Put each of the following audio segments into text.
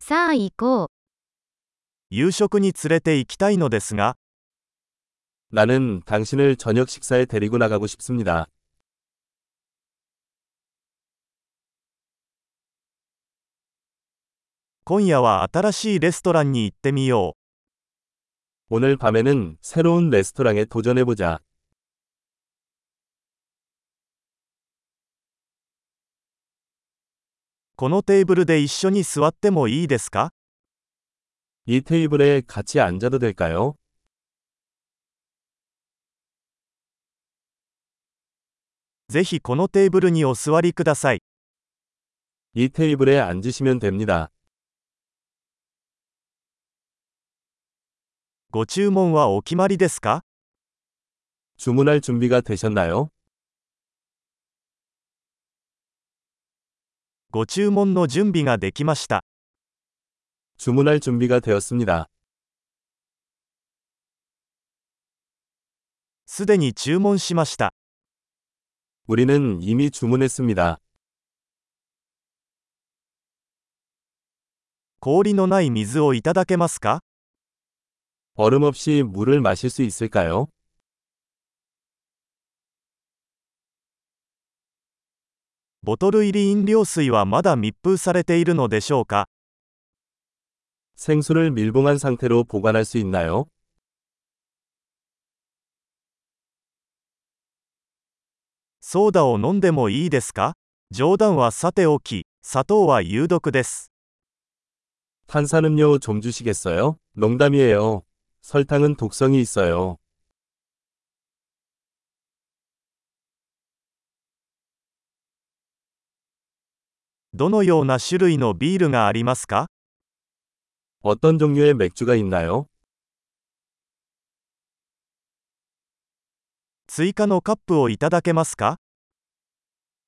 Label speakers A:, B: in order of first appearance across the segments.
A: さあ行こう。
B: 夕食に連れて行きたいのですが、
C: 나는 당신을 저녁 식사에 데리고 나가고 싶습니다.
B: 今夜は新しいレストランに行ってみよ
C: 오늘 밤에는 새로운 레스토랑에 도전해보자.
B: う。このテーブルで一緒に座ってもいいですか
C: 이 테이블에 같이 앉아도 될까요?
B: ぜひこのテーブルにお座りください。
C: 이 테이블에 앉으시면 됩니다.
B: ご注文はお決まりですか
C: 주문할 준비가 되셨나요?
B: ご注文の準備ができました。
C: 주문할 준비가 되었습니다.
B: すでに注文しました。
C: 우리는 이미 주문했습니다.
B: 氷のない水をいただけますか
C: 얼음 없이 물을 마실 수 있을까요?
B: ボトル入り飲料水はまだ密封されているのでしょうか
C: 생수를 밀봉한 상태로 보관할 수 있나요?
B: ソーダを飲んでもいいですか冗談はさておき、砂糖は有毒です。
C: 탄산음료 좀 주시겠어요? 농담이에요. 설탕은 독성이 있어요.
B: どのような種類のビールがありますか
C: 어떤 종류의 맥주가 있나요?
B: 追加のカップをいただけますか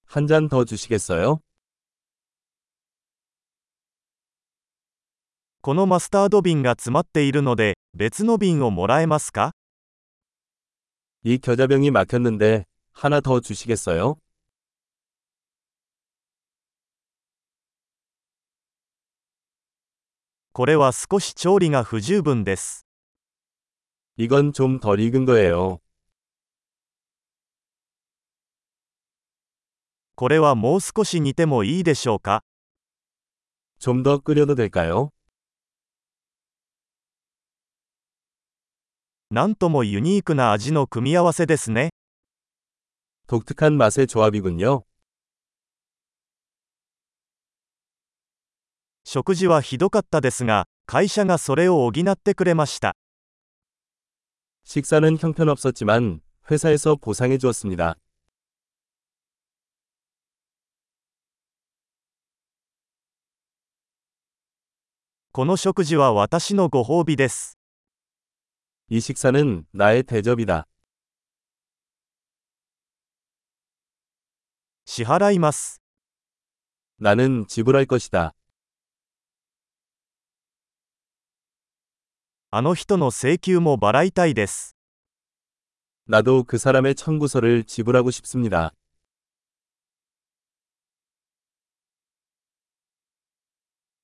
C: 한 잔 더 주시겠어요?
B: このマスタード瓶が詰まっているので、別の瓶をもらえますか
C: 이 겨자병이 막혔는데 하나 더 주시겠어요?
B: これは少し調理が不十分です。
C: 이건 좀 덜 익은 거예요.
B: これはもう少し煮てもいいでしょうか
C: 좀 더 끓여도 될까요?
B: なんともユニークな味の組み合わせですね。
C: 독특한 맛의 조합이군요.
B: 食事はひどかったですが、会社がそれを補ってくれました。
C: 식사는 형편없었지만 회사에서 보상해 주었습니다.
B: この食事は私のご褒美です。
C: 이 식사는 나의 대접이다.
B: 支払います。
C: 나는 지불할 것이다.
B: あの人の請求も払いたいです。
C: 나도 그 사람의 청구서를 지불하고 싶습니다.